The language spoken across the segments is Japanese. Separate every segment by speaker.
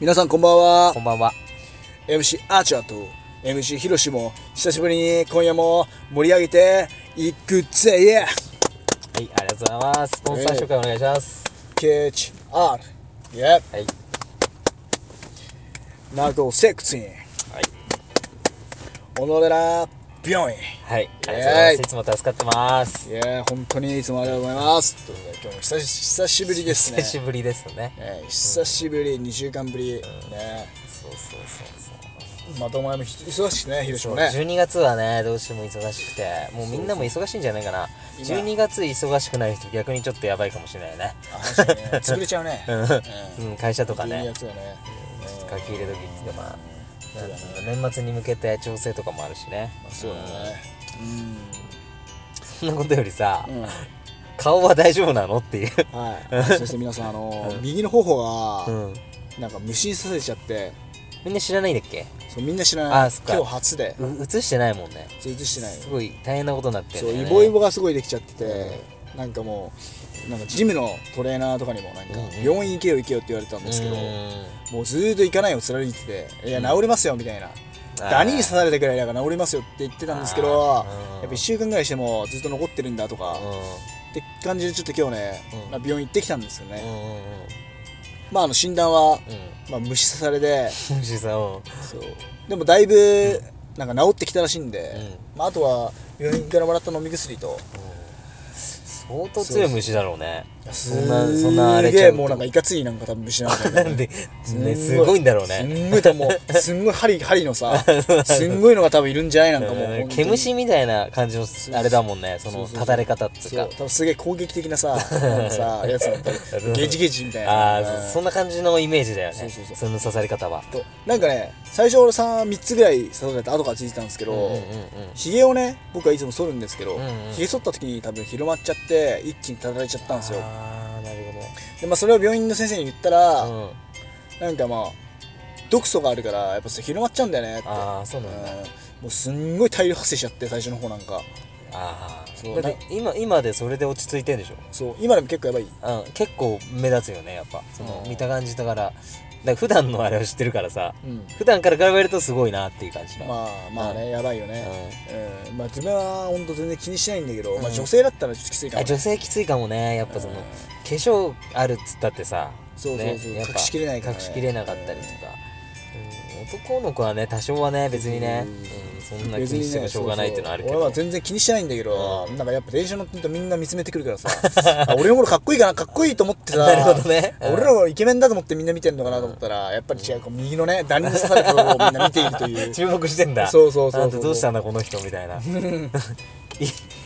Speaker 1: 皆さんこんばんは
Speaker 2: こんばんは。
Speaker 1: MC アーチャーと MC ヒロシも久しぶりに今夜も盛り上げていくぜ
Speaker 2: はい、ありがとうございます。スポンサー紹介お願いします。
Speaker 1: ケーチ R イェ
Speaker 2: はい。
Speaker 1: ナルトセクシン
Speaker 2: はい。
Speaker 1: 小野寺病院
Speaker 2: はい。ありがとうご
Speaker 1: イ
Speaker 2: ざ
Speaker 1: エー
Speaker 2: いま
Speaker 1: イ
Speaker 2: す。いつも助かってます。
Speaker 1: いやー本当にいつもありがとうございますということで今日も久し久しぶりですね
Speaker 2: 久しぶりですよね。
Speaker 1: えー久しぶり2週間ぶり、ね
Speaker 2: そうそうそう
Speaker 1: またお前もひ忙しくねヒロシ
Speaker 2: そう。
Speaker 1: も
Speaker 2: ね、
Speaker 1: ね
Speaker 2: 12月はね、どうしても忙しくて、もうみんなも忙しいんじゃないかな。
Speaker 1: そう
Speaker 2: 12月忙しくない人、逆にちょっとやばいかもしれないね。
Speaker 1: あ確かにね潰れちゃうね、
Speaker 2: うん、会社とか
Speaker 1: いい
Speaker 2: ね
Speaker 1: や、つだね
Speaker 2: 書き入れ時っていうか、まあ、年末に向けて調整とかもあるしね。
Speaker 1: そうだね
Speaker 2: そんなことよりさ、
Speaker 1: うん、うん、
Speaker 2: 顔は大丈夫なのっていう。
Speaker 1: はいそして皆さんあの、右の頬
Speaker 2: う
Speaker 1: が
Speaker 2: ん。
Speaker 1: なんか無視させちゃって
Speaker 2: みんな知らないんだっけ
Speaker 1: そうみんな知らない
Speaker 2: あそっか
Speaker 1: 今日初で
Speaker 2: う映してないもんね。
Speaker 1: 全然してないよ
Speaker 2: すごい大変なことになってるん
Speaker 1: そ
Speaker 2: だ
Speaker 1: う
Speaker 2: よ
Speaker 1: イ
Speaker 2: ね
Speaker 1: ボイボがすごいできちゃっててなんかもうなんかジムのトレーナーとかにもなんか病院行けよ行けよって言われたんですけど、
Speaker 2: う
Speaker 1: もうずーっと行かないを貫いてて「いや治りますよ」みたいな「
Speaker 2: ー
Speaker 1: ダニに刺されたぐらいだから治りますよ」って言ってたんですけどや
Speaker 2: あ
Speaker 1: っぱ
Speaker 2: ー
Speaker 1: 1週間ぐらいしてもずっと残ってるんだとか
Speaker 2: ん
Speaker 1: って感じでちょっと今日ね
Speaker 2: うん
Speaker 1: まあ病院行ってきたんですよ
Speaker 2: う
Speaker 1: ね
Speaker 2: んうんうん
Speaker 1: まああの診断は
Speaker 2: うん
Speaker 1: まあ虫刺されで
Speaker 2: 藤井さんを
Speaker 1: そうでもだいぶなんか治ってきたらしいんで
Speaker 2: う
Speaker 1: まああとは病院からもらった飲み薬と
Speaker 2: 相当強い虫だろうね
Speaker 1: す
Speaker 2: そんなそんなあ
Speaker 1: ー
Speaker 2: れ
Speaker 1: げ
Speaker 2: ち
Speaker 1: え
Speaker 2: ゃ
Speaker 1: もうなんかいかついなんか多分虫なんだよ
Speaker 2: なんで、 ね、すごいんだろう
Speaker 1: す
Speaker 2: ね
Speaker 1: んごいと思う。すんごい針、針の さ、すんごいのが多分いるんじゃないなんかもう
Speaker 2: うん
Speaker 1: 本当に。
Speaker 2: 毛虫みたいな感じのあれだもんね
Speaker 1: そ
Speaker 2: そ
Speaker 1: う
Speaker 2: の
Speaker 1: そうそう
Speaker 2: ただれ方っつう
Speaker 1: そう
Speaker 2: か
Speaker 1: 多分すげえ攻撃的な さ、あのさ、やつだったり
Speaker 2: うん
Speaker 1: ゲジゲジみたいな。
Speaker 2: あ
Speaker 1: うん
Speaker 2: あそんな感じのイメージだよね
Speaker 1: そうそうそう
Speaker 2: の刺され方は
Speaker 1: となんかね、最初俺さ、3つぐらい刺されて後からついてたんですけ
Speaker 2: うんうん
Speaker 1: ど
Speaker 2: うん、
Speaker 1: ひげをね、僕はいつも剃るんですけど
Speaker 2: うんう、ん
Speaker 1: ひげ剃った時に多分広まっちゃって、一気に叩いちゃったんですよ。
Speaker 2: ああなる
Speaker 1: で、まあそれを病院の先生に言ったら、
Speaker 2: ほどうん
Speaker 1: なんかまあ、毒素があるから、やっぱそれ広まっちゃうんだよねって。
Speaker 2: ああそう
Speaker 1: う
Speaker 2: なんだ
Speaker 1: んもうすんごい大量発生しちゃって最初の方なんか
Speaker 2: あ
Speaker 1: そう
Speaker 2: あだって今今でそれで落ち着いてんでしょ
Speaker 1: そう今でも結構やばい
Speaker 2: うん、結構目立つよねやっぱその
Speaker 1: うん
Speaker 2: 見た感じだからだから普段のあれを知ってるからさ
Speaker 1: うん
Speaker 2: 普段から比べるとすごいなっていう感じが、
Speaker 1: まあまあね、やばいよね、うんまあ自分は本当全然気にしないんだけど、まあ
Speaker 2: うん
Speaker 1: 女性だったらちょっときついか
Speaker 2: あ
Speaker 1: も、ね、
Speaker 2: 女性きついかもねやっぱその、
Speaker 1: うん
Speaker 2: 化粧あるっつったってさ
Speaker 1: そうそうそう
Speaker 2: ねやっぱ
Speaker 1: 隠しきれないからね
Speaker 2: 隠しきれなかったりとか、うん男の子はね多少はね別にね、うんそんな気にしてもしょうがないっていうのはあるけど、
Speaker 1: 俺は全然気にしてないんだけど、
Speaker 2: うん
Speaker 1: なんかやっぱ電車乗ってるとみんな見つめてくるからさ あ俺の頃かっこいいかなかっこいいと思ってさ
Speaker 2: なるほどねうん
Speaker 1: 俺らはイケメンだと思ってみんな見てるのかなと思ったらやっぱり違うこう右のねダニに刺されたところをみんな見ていると いう
Speaker 2: 注目してんだ
Speaker 1: そうそうそうそう
Speaker 2: あんたどうしたんだこの人 みたいない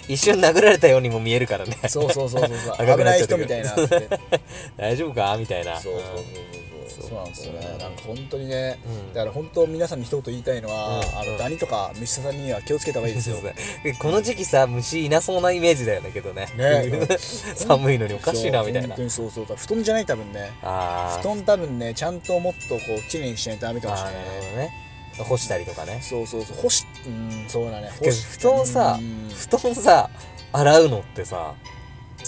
Speaker 2: 一瞬殴られたようにも見えるからね
Speaker 1: そうそうそうそうそう
Speaker 2: 赤
Speaker 1: 危
Speaker 2: くな
Speaker 1: な
Speaker 2: っ
Speaker 1: い
Speaker 2: ちゃって
Speaker 1: 人
Speaker 2: る
Speaker 1: みたいなって
Speaker 2: 大丈夫かみたいな
Speaker 1: そうそう
Speaker 2: うん
Speaker 1: そうそううんそうなんですよねなんか本当にね、
Speaker 2: うん
Speaker 1: だから本当皆さんに一言言いたいのは、
Speaker 2: うん
Speaker 1: あ
Speaker 2: う
Speaker 1: の
Speaker 2: ん
Speaker 1: ダニとか虫刺さには気をつけた方がいいですよ
Speaker 2: でこの時期さ虫いなそうなイメージだよねけどね
Speaker 1: ね
Speaker 2: 寒いのにおかしいなみたい
Speaker 1: そう本
Speaker 2: な
Speaker 1: 当にそうそう布団じゃない多分ね
Speaker 2: あー
Speaker 1: 布団多分ねちゃんともっとこうきれいにしないとダメかもしれ
Speaker 2: あー
Speaker 1: な
Speaker 2: ないる
Speaker 1: ね
Speaker 2: ほどね干したりとかね
Speaker 1: そうそうそう干しうんそうだね干
Speaker 2: けど
Speaker 1: し
Speaker 2: 布団さ
Speaker 1: うん
Speaker 2: 布団さ洗うのってさ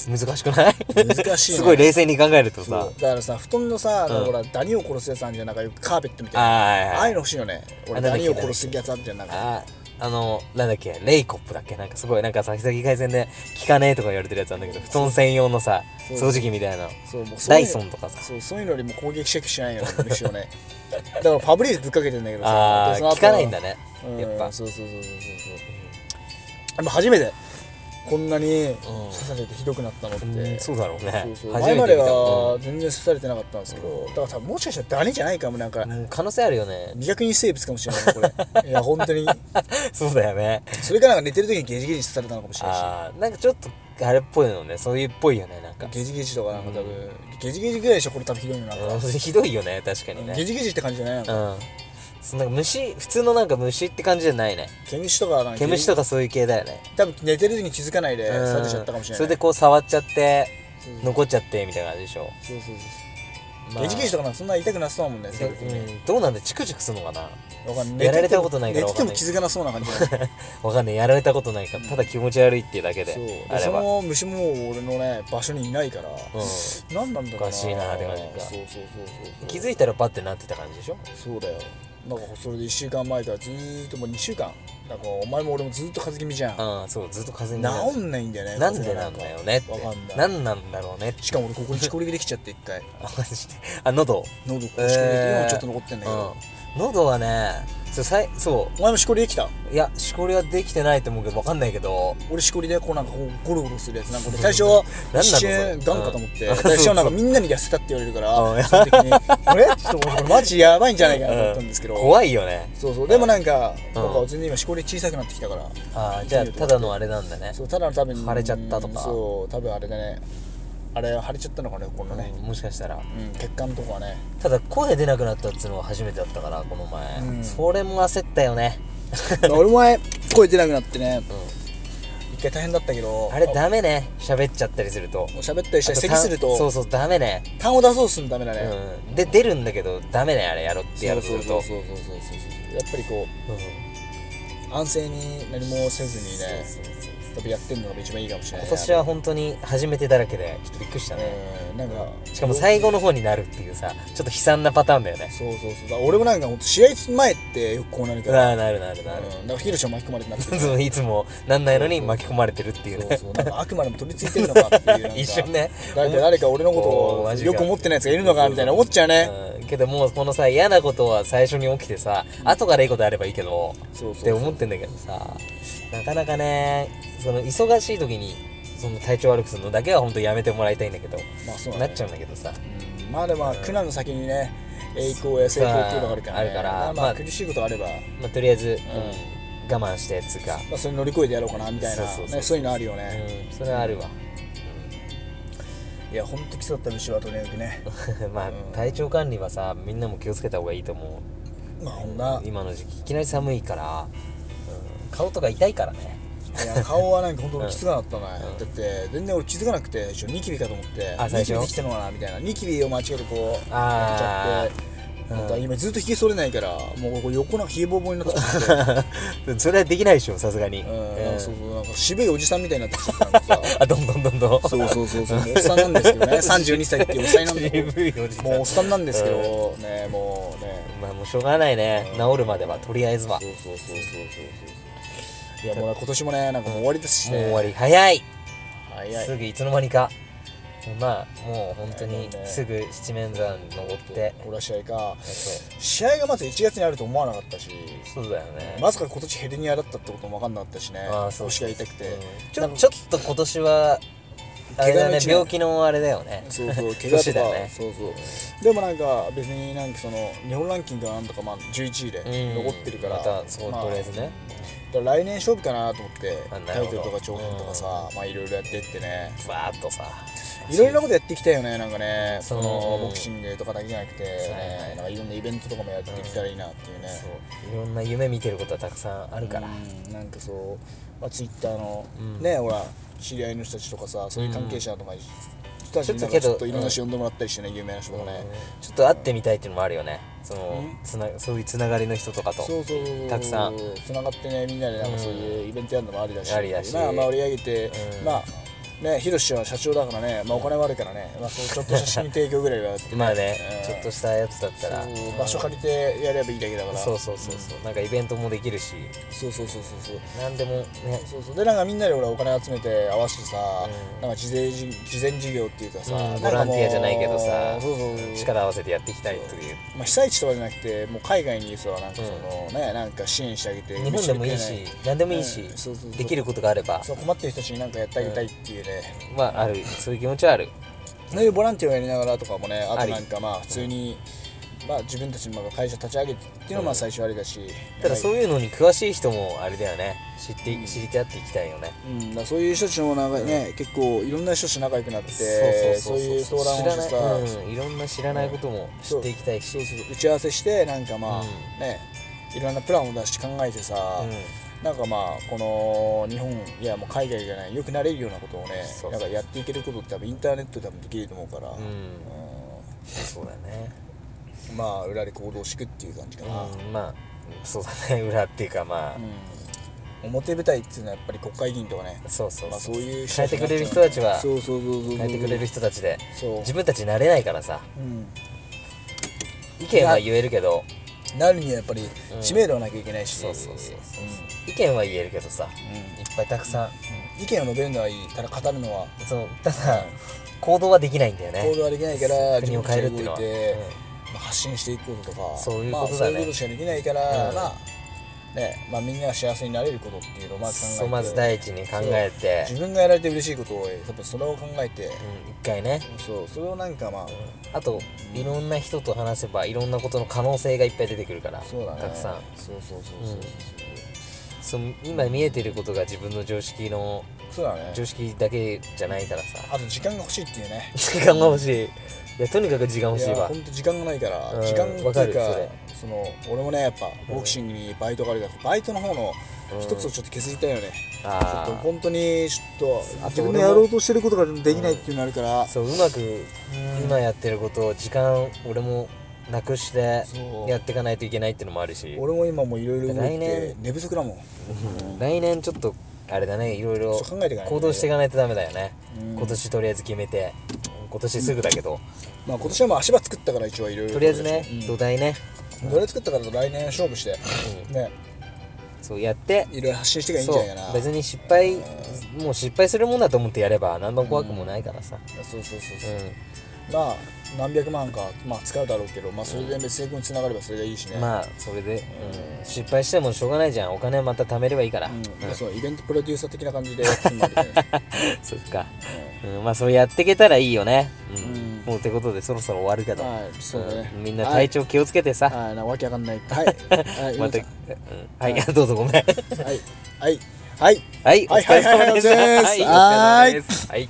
Speaker 2: 難しくない
Speaker 1: 難しいね
Speaker 2: すごい冷静に考えると
Speaker 1: そ
Speaker 2: さ
Speaker 1: うだからさ布団のさ、あの
Speaker 2: うん
Speaker 1: ほらダニを殺すやつあるじゃんなんかよくカーペットみたいなあ
Speaker 2: あ
Speaker 1: あ
Speaker 2: ーはい
Speaker 1: いう
Speaker 2: はい
Speaker 1: の欲しいよね俺
Speaker 2: あなん
Speaker 1: ダ
Speaker 2: だっけ
Speaker 1: ニを殺すやつあるじゃんなんか
Speaker 2: あーあのなんだっけレイコップだっけなんかすごいなんか先々回線で効かねえとか言われてるやつなんだけど布団専用のさ
Speaker 1: そう
Speaker 2: 掃除機みたいな
Speaker 1: そうもうそう
Speaker 2: ダ
Speaker 1: いう
Speaker 2: イソンとかさ
Speaker 1: そうそういうのよりも攻撃しかしないよね虫をね だからファブリーズぶっかけてんだけど
Speaker 2: あ
Speaker 1: さ
Speaker 2: あ効かないんだ
Speaker 1: ね
Speaker 2: ね
Speaker 1: や
Speaker 2: や
Speaker 1: っ
Speaker 2: っ
Speaker 1: ぱ
Speaker 2: ぱ
Speaker 1: そうそうそうそうそうそうでも初めてこんなに刺されてひどくなったのって、
Speaker 2: うんそうだろうね
Speaker 1: そうそう
Speaker 2: 初
Speaker 1: 前
Speaker 2: め
Speaker 1: ま
Speaker 2: て
Speaker 1: で
Speaker 2: 見たもん
Speaker 1: は全然刺されてなかったんですけど、だから多分もしかしたらダニじゃないかもなんか
Speaker 2: もう可能性あるよね
Speaker 1: 未確認生物かもしれないねこれいや本当に
Speaker 2: そうだよね
Speaker 1: それからなんか寝てる時にゲジゲジ刺されたのかもしれないし
Speaker 2: ああなんかちょっとあれっぽいのねそういうっぽいよねなんか
Speaker 1: ゲジゲジとかなんか多分、ゲジゲジぐらいでしょこれ多分ひどいのなんか、
Speaker 2: うんひどいよね確かに
Speaker 1: ゲ
Speaker 2: ね
Speaker 1: ジゲジって感じじゃないの、
Speaker 2: うんそのなんか虫普通のなんか虫って感じじゃないね
Speaker 1: 毛虫とかなんか
Speaker 2: 毛虫とかそういう系だよね
Speaker 1: 多分寝てる時に気づかないで
Speaker 2: うん
Speaker 1: 刺されちゃったかもしれない
Speaker 2: それでこう触っちゃって
Speaker 1: そう
Speaker 2: 残っちゃってみたいな感じでしょ
Speaker 1: そうそうそう
Speaker 2: まあ
Speaker 1: ネジ生地とかなんかそんな痛くなさそうだもんね性
Speaker 2: で
Speaker 1: 別にね
Speaker 2: うんどうなんだチクチクするのかな
Speaker 1: わかんない
Speaker 2: やられたことないから
Speaker 1: 寝て
Speaker 2: わか
Speaker 1: て
Speaker 2: ん
Speaker 1: も
Speaker 2: ない
Speaker 1: 気づかなそうな感じだね
Speaker 2: わかんないやられたことないからただ気持ち悪いっていうだけで
Speaker 1: そうで
Speaker 2: あれ
Speaker 1: そ
Speaker 2: ば
Speaker 1: の虫も俺のね場所にいないから、何なんだろう
Speaker 2: おかしいなって感じか
Speaker 1: そうそうそうそうそう
Speaker 2: 気づいたらパッてなってた感じでしょ
Speaker 1: そうだよなんかそれで1週間前からずーっともう2週間なんかお前も俺もずーっと風邪気味じゃん
Speaker 2: うんそうずっと風邪になる
Speaker 1: 治んないんだよね
Speaker 2: なんでなんだよねって
Speaker 1: わかんない
Speaker 2: なんなんだろうねって
Speaker 1: しかも俺ここにしこりできちゃって一回
Speaker 2: あマジであ喉
Speaker 1: 喉ここしこりで今ちょっと残ってんだけど、
Speaker 2: うん喉はねそうさいそ
Speaker 1: お前もしこりできた
Speaker 2: ういやしこりはできてないと思うけどわかんないけど
Speaker 1: 俺しこりでこうなんかこうゴロゴロするやつなんか俺最初
Speaker 2: 何なの
Speaker 1: 一瞬
Speaker 2: それ
Speaker 1: ガンかと思って
Speaker 2: うん
Speaker 1: 最初なん
Speaker 2: そ
Speaker 1: か
Speaker 2: うそう
Speaker 1: みんなに痩せたって言われるか
Speaker 2: うん
Speaker 1: らその時 にあれちょっと俺マジやばいんじゃないかなと思ったんですけど、
Speaker 2: 怖いよね
Speaker 1: そうそうでもなんか、
Speaker 2: うん
Speaker 1: なんか全然今しこり小さくなってきたから
Speaker 2: あーじゃあただのあれなんだね
Speaker 1: そうただの多分
Speaker 2: 腫れちゃったとか
Speaker 1: そう多分あれだねあれ腫れちゃったのかねこのね
Speaker 2: う、んもしかしたら
Speaker 1: うん、血管とか ね
Speaker 2: ただ声出なくなったっつうのが初めてだったからこの前、
Speaker 1: うん
Speaker 2: それも焦ったよね
Speaker 1: 俺前声出なくなってね
Speaker 2: う
Speaker 1: 一回大変だったけど
Speaker 2: んあれダメね喋っちゃったりすると
Speaker 1: もう喋ったりしたり
Speaker 2: あと
Speaker 1: 咳する
Speaker 2: そう
Speaker 1: と
Speaker 2: そうダメね
Speaker 1: 痰を出そうとするのダメだね、
Speaker 2: うんで出るんだけどダメねあれやろってやるとす
Speaker 1: そう
Speaker 2: る
Speaker 1: そ
Speaker 2: と
Speaker 1: うそうそうそうそうやっぱりこ
Speaker 2: うん
Speaker 1: う安静に何もせずにね
Speaker 2: そうそうそう
Speaker 1: やっぱやってるのが一番いいかもしれない
Speaker 2: 今年は本当に初めてだらけでちょっとびっくりしたね、
Speaker 1: うんなんか
Speaker 2: しかも最後の方になるっていうさちょっと悲惨なパターンだよね
Speaker 1: そうそうそうだから俺もなんかほんと試合前ってよくこうなるか
Speaker 2: う
Speaker 1: ら
Speaker 2: わなるなるなる、
Speaker 1: うん、なんかヒロシを巻き込まれてなって る
Speaker 2: そのいつもなんないのに巻き込まれてるっていう
Speaker 1: そ
Speaker 2: ね
Speaker 1: うそうなんか悪魔でも取り付いてるのかっていう なんか
Speaker 2: 一瞬ね
Speaker 1: だいたい誰か俺の
Speaker 2: おー
Speaker 1: こ
Speaker 2: マ
Speaker 1: と
Speaker 2: ジ
Speaker 1: を
Speaker 2: か
Speaker 1: よく思ってないやつがいるのかみたいな思っちゃうね
Speaker 2: うんけどもうこのさ嫌なことは最初に起きてさ後からいいことあればいいけど
Speaker 1: そうそうそう
Speaker 2: って思ってんだけどさなかなかねその忙しい時にその体調悪くするのだけは本当やめてもらいたいんだけど、
Speaker 1: まあそうだ
Speaker 2: な
Speaker 1: ね
Speaker 2: っちゃうんだけどさ
Speaker 1: うんまあでも苦難の先にね栄光や成功っていうのがあるから,、ね、
Speaker 2: あるから
Speaker 1: まあま
Speaker 2: ま
Speaker 1: あ
Speaker 2: あ
Speaker 1: 苦しいことがあれば、
Speaker 2: まあ、とりあえず、うん我慢してっつうか、
Speaker 1: まあ、それ乗り越えてやろうかなみたいなね
Speaker 2: そう
Speaker 1: そ
Speaker 2: そううそう
Speaker 1: いうのあるよね、
Speaker 2: うん、それはあるわ、
Speaker 1: いやほんと基礎だった虫はとにかく ね
Speaker 2: まあ、
Speaker 1: うん
Speaker 2: 体調管理はさみんなも気をつけた方がいいと思
Speaker 1: まあほ
Speaker 2: うん
Speaker 1: な
Speaker 2: 今の時期いきなり寒いから、うん顔とか痛いからね
Speaker 1: いや顔はなんか本当にきつかったな、
Speaker 2: うん
Speaker 1: だって全然俺気づかなくて一緒ニキビかと思って
Speaker 2: あ最初
Speaker 1: ニキビできたのかなみたいなニキビを間違えてこう
Speaker 2: あ
Speaker 1: やっ
Speaker 2: ー
Speaker 1: ちゃってなんか今ずっとひげ剃れないからもうこう横なんかひげぼうぼうになってきて
Speaker 2: それはできないでしょさすがに、
Speaker 1: うん
Speaker 2: うん
Speaker 1: そうそうなんか渋いおじさんみたいになってきちゃったんでさ
Speaker 2: あどんどんどんどん
Speaker 1: そうそうそうそうもうおっさんなんですけどね32歳っていうおっさんなん で
Speaker 2: 渋いおじさん
Speaker 1: もうおっさんなんですけどねもうね
Speaker 2: まあもうしょうがないね、
Speaker 1: うん
Speaker 2: 治るまではとりあえずは
Speaker 1: そう
Speaker 2: も
Speaker 1: そうそうそうそうそういやもう今年もねなんかもう終わりですし
Speaker 2: う
Speaker 1: ね
Speaker 2: 終わり早い
Speaker 1: 早い
Speaker 2: すぐいつの間にかまあもう本
Speaker 1: 早
Speaker 2: 当
Speaker 1: いも
Speaker 2: に
Speaker 1: んね
Speaker 2: すぐ七面山登って
Speaker 1: これは試合か
Speaker 2: そ
Speaker 1: 試合がまず1月にあると思わなかったし
Speaker 2: うそうだよね、
Speaker 1: まさか今年ヘルニアだったってことも分かんなかったしね
Speaker 2: あーそう
Speaker 1: 腰が痛くて、
Speaker 2: うんちょちょっと今年はあれ
Speaker 1: 怪我
Speaker 2: だね
Speaker 1: の一年
Speaker 2: 病気のあれだよね
Speaker 1: そうそう怪我
Speaker 2: 年
Speaker 1: と
Speaker 2: だ
Speaker 1: か、
Speaker 2: よね
Speaker 1: そうそうでもなんか別になんかその日本ランキングがなんとかまあ11位で
Speaker 2: うん
Speaker 1: 残ってるから、
Speaker 2: またそう、
Speaker 1: まあ
Speaker 2: とりあえずね
Speaker 1: だから来年勝負かなと思って
Speaker 2: あな
Speaker 1: タ
Speaker 2: るほど
Speaker 1: イトルとか挑戦とかさ、まあいろいろやってってね
Speaker 2: バーっとさ
Speaker 1: いろいろなことやっていきたいよねなんかねそ
Speaker 2: そう
Speaker 1: のボクシングとかだけじゃなくて、
Speaker 2: はいは
Speaker 1: ね
Speaker 2: い、
Speaker 1: なんかいろんなイベントとかもやっていけたらいいなっていうね、
Speaker 2: そういろんな夢見てることはたくさんあるから、
Speaker 1: うんなんかそう、まあ、ツイッターの、
Speaker 2: うん
Speaker 1: ねほら知り合いの人たちとかさそういう関係者とかに、人たちになん
Speaker 2: ち
Speaker 1: か
Speaker 2: ょっとけど
Speaker 1: ちょっといろんな人呼んでもらったりしてね、有名な人とかね、
Speaker 2: ちょっと会ってみたいっていうのもあるよねその
Speaker 1: うん
Speaker 2: つなそういうつながりの人とかと
Speaker 1: そうそうそうそう
Speaker 2: たくさん
Speaker 1: つながってねみんなでなんかそういうイベントやるのもありだし,、
Speaker 2: ありだし
Speaker 1: まあ、まあ盛り上げて、
Speaker 2: うん
Speaker 1: まあねヒロシは社長だからね、まあ、お金もあるからね、まあ、そうちょっと写真提供ぐらいはやって
Speaker 2: まあね、
Speaker 1: うん
Speaker 2: ちょっとしたやつだったら
Speaker 1: そう場所借りてやればいいだけだから
Speaker 2: そうそうそうそうなんかイベントもできるし
Speaker 1: そうそうそうそうそう
Speaker 2: なんでもね
Speaker 1: そうそうでなんかみんなで俺お金集めて合わせてさ、
Speaker 2: うん
Speaker 1: なんか事前事前事業っていうかさ、
Speaker 2: うん
Speaker 1: な
Speaker 2: ボ
Speaker 1: んか
Speaker 2: ラン
Speaker 1: もう
Speaker 2: ティアじゃないけどさ
Speaker 1: そうそうそう
Speaker 2: 力合わせてやっていきたいという
Speaker 1: まあ、被災地とかじゃなくてもう海外にいる人はなんかその、ねなんか支援してあげて
Speaker 2: 日本でもいい
Speaker 1: 飯食って
Speaker 2: し
Speaker 1: ね
Speaker 2: 何でもいいし、
Speaker 1: うんそうそうそう
Speaker 2: できることがあれば
Speaker 1: そう困ってる人たちになんかやってあげたいっていうね、
Speaker 2: まああるそういう気持ちはある
Speaker 1: そういうボランティアをやりながらとかもねあ
Speaker 2: あ
Speaker 1: と
Speaker 2: り
Speaker 1: なんかまあ普通に、まあ、自分たちのまあ会社立ち上げてっていうのはまあ最初あれだし、
Speaker 2: ただそう
Speaker 1: いう
Speaker 2: いうのに詳しい人もあれだよね知って、知り合っていきたいよね
Speaker 1: うん、だからそういう人たちのなんかね、結構いろんな人たちと仲良くなってそういう相談をして
Speaker 2: 知
Speaker 1: さ
Speaker 2: らない、うん、いろんな知らないことも知っていきたいし
Speaker 1: そうそう打ち合わせしてなんかまあ、
Speaker 2: うん
Speaker 1: ねいろんなプランを出して考えてさ、なんかまあこの日本いやもう海外じゃないよくなれるようなことをね
Speaker 2: そうそう
Speaker 1: なんかやっていけることって多分インターネットで多分できると思うから、
Speaker 2: うん、うん
Speaker 1: うん
Speaker 2: そうだね
Speaker 1: まあ裏で行動してくっていう感じかな、
Speaker 2: うんまあそうだね裏っていうかまあ、
Speaker 1: うん、表舞台っていうのはやっぱり国会議員とかね、
Speaker 2: そうそう
Speaker 1: まあ、そういう
Speaker 2: 変えてくれる人たちは
Speaker 1: そうそうそうそうそう
Speaker 2: 変えてくれる人たちで
Speaker 1: そう
Speaker 2: 自分たちになれないからさ
Speaker 1: うん
Speaker 2: 意見は言えるけど
Speaker 1: なるにはやっぱり
Speaker 2: うん
Speaker 1: 知名度はなきゃいけないし、
Speaker 2: そうそうそうそう
Speaker 1: うん
Speaker 2: 意見は言えるけどさ
Speaker 1: う
Speaker 2: いっぱいたくさん
Speaker 1: ん意見を述べるのはいいただ語るのは
Speaker 2: そのただ行動はできないんだよ ね
Speaker 1: 行動はできないから
Speaker 2: 国を変えるっていうのは、
Speaker 1: 自分で動いてまあ発信していくこととか
Speaker 2: そういうことだ
Speaker 1: ま
Speaker 2: ね
Speaker 1: あ、そういうことしかできないから、
Speaker 2: うん
Speaker 1: まあねまあ、みんなが幸せになれることっていうのを
Speaker 2: うん
Speaker 1: まず考えて
Speaker 2: そうまず第一に考えて
Speaker 1: 自分がやられて嬉しいことを多分それを考えて、
Speaker 2: うん一回ね
Speaker 1: そうそれをなんかまあ、
Speaker 2: あといろんな人と話せばいろんなことの可能性がいっぱい出てくるから
Speaker 1: そうだね
Speaker 2: たくさん
Speaker 1: そうそうそうそうそう、
Speaker 2: その今見えてることが自分の常識の
Speaker 1: そうだね
Speaker 2: 常識だけじゃないからさ
Speaker 1: あと時間が欲しいっていうね
Speaker 2: 時間が欲しいいやとにかく時間欲しいわ
Speaker 1: や本当時間がないから、
Speaker 2: うん
Speaker 1: 時間っていう
Speaker 2: わかる
Speaker 1: か
Speaker 2: それ
Speaker 1: その俺もねやっぱボクシングにバイトがあるからバイトの方の一つをちょっと削りたいよね、ちょっ
Speaker 2: あ
Speaker 1: と
Speaker 2: ー
Speaker 1: 本当にちょっと
Speaker 2: あ
Speaker 1: 自
Speaker 2: と
Speaker 1: 分
Speaker 2: 俺も
Speaker 1: のやろうとしてることができないっていうのあるから、
Speaker 2: そううまく今やってることを時間俺もなくして
Speaker 1: そう
Speaker 2: やっていかないといけないっていうのもあるし
Speaker 1: 俺も今もういろいろ動いて
Speaker 2: 来年
Speaker 1: 寝不足だもん
Speaker 2: 来年ちょっとあれだねいろいろ
Speaker 1: ちょっと考えていかないとね
Speaker 2: 行動していかないとダメだよね
Speaker 1: うん
Speaker 2: 今年とりあえず決めて今年すぐだけど
Speaker 1: まあ今年はもう足場作ったから一応いろいろ
Speaker 2: とりあえずね
Speaker 1: うん
Speaker 2: 土台ね
Speaker 1: どれ作ったからと来年勝負して、ね
Speaker 2: そうやって
Speaker 1: いろいろ発信していけば
Speaker 2: そ
Speaker 1: いいんじゃな
Speaker 2: う
Speaker 1: いかな
Speaker 2: 別に失敗もう失敗するもんだと思ってやれば何の怖くもないからさ
Speaker 1: そうそうそう
Speaker 2: う
Speaker 1: そう、
Speaker 2: ん
Speaker 1: まあ何百万か、まあ、使うだろうけど、まあ、それで別成功につながればそれがいいしね、
Speaker 2: まあそれでうん失敗してもしょうがないじゃんお金また貯めればいいから
Speaker 1: うんそうイベントプロデューサー的な感じでや ってんだけどね
Speaker 2: そっか、うん、まあそれやっていけたらいいよね、うん
Speaker 1: うん
Speaker 2: もうってことでそろそろ終わるけど、
Speaker 1: はいそうだね
Speaker 2: んみんな体調気をつけてさ、
Speaker 1: はいなわけわかんないはいはい
Speaker 2: また、う
Speaker 1: は
Speaker 2: んはい、 どうぞごめんはい
Speaker 1: いはいはい
Speaker 2: はいお疲れ様です
Speaker 1: はいはいはいはい
Speaker 2: はいお疲れ様ですはい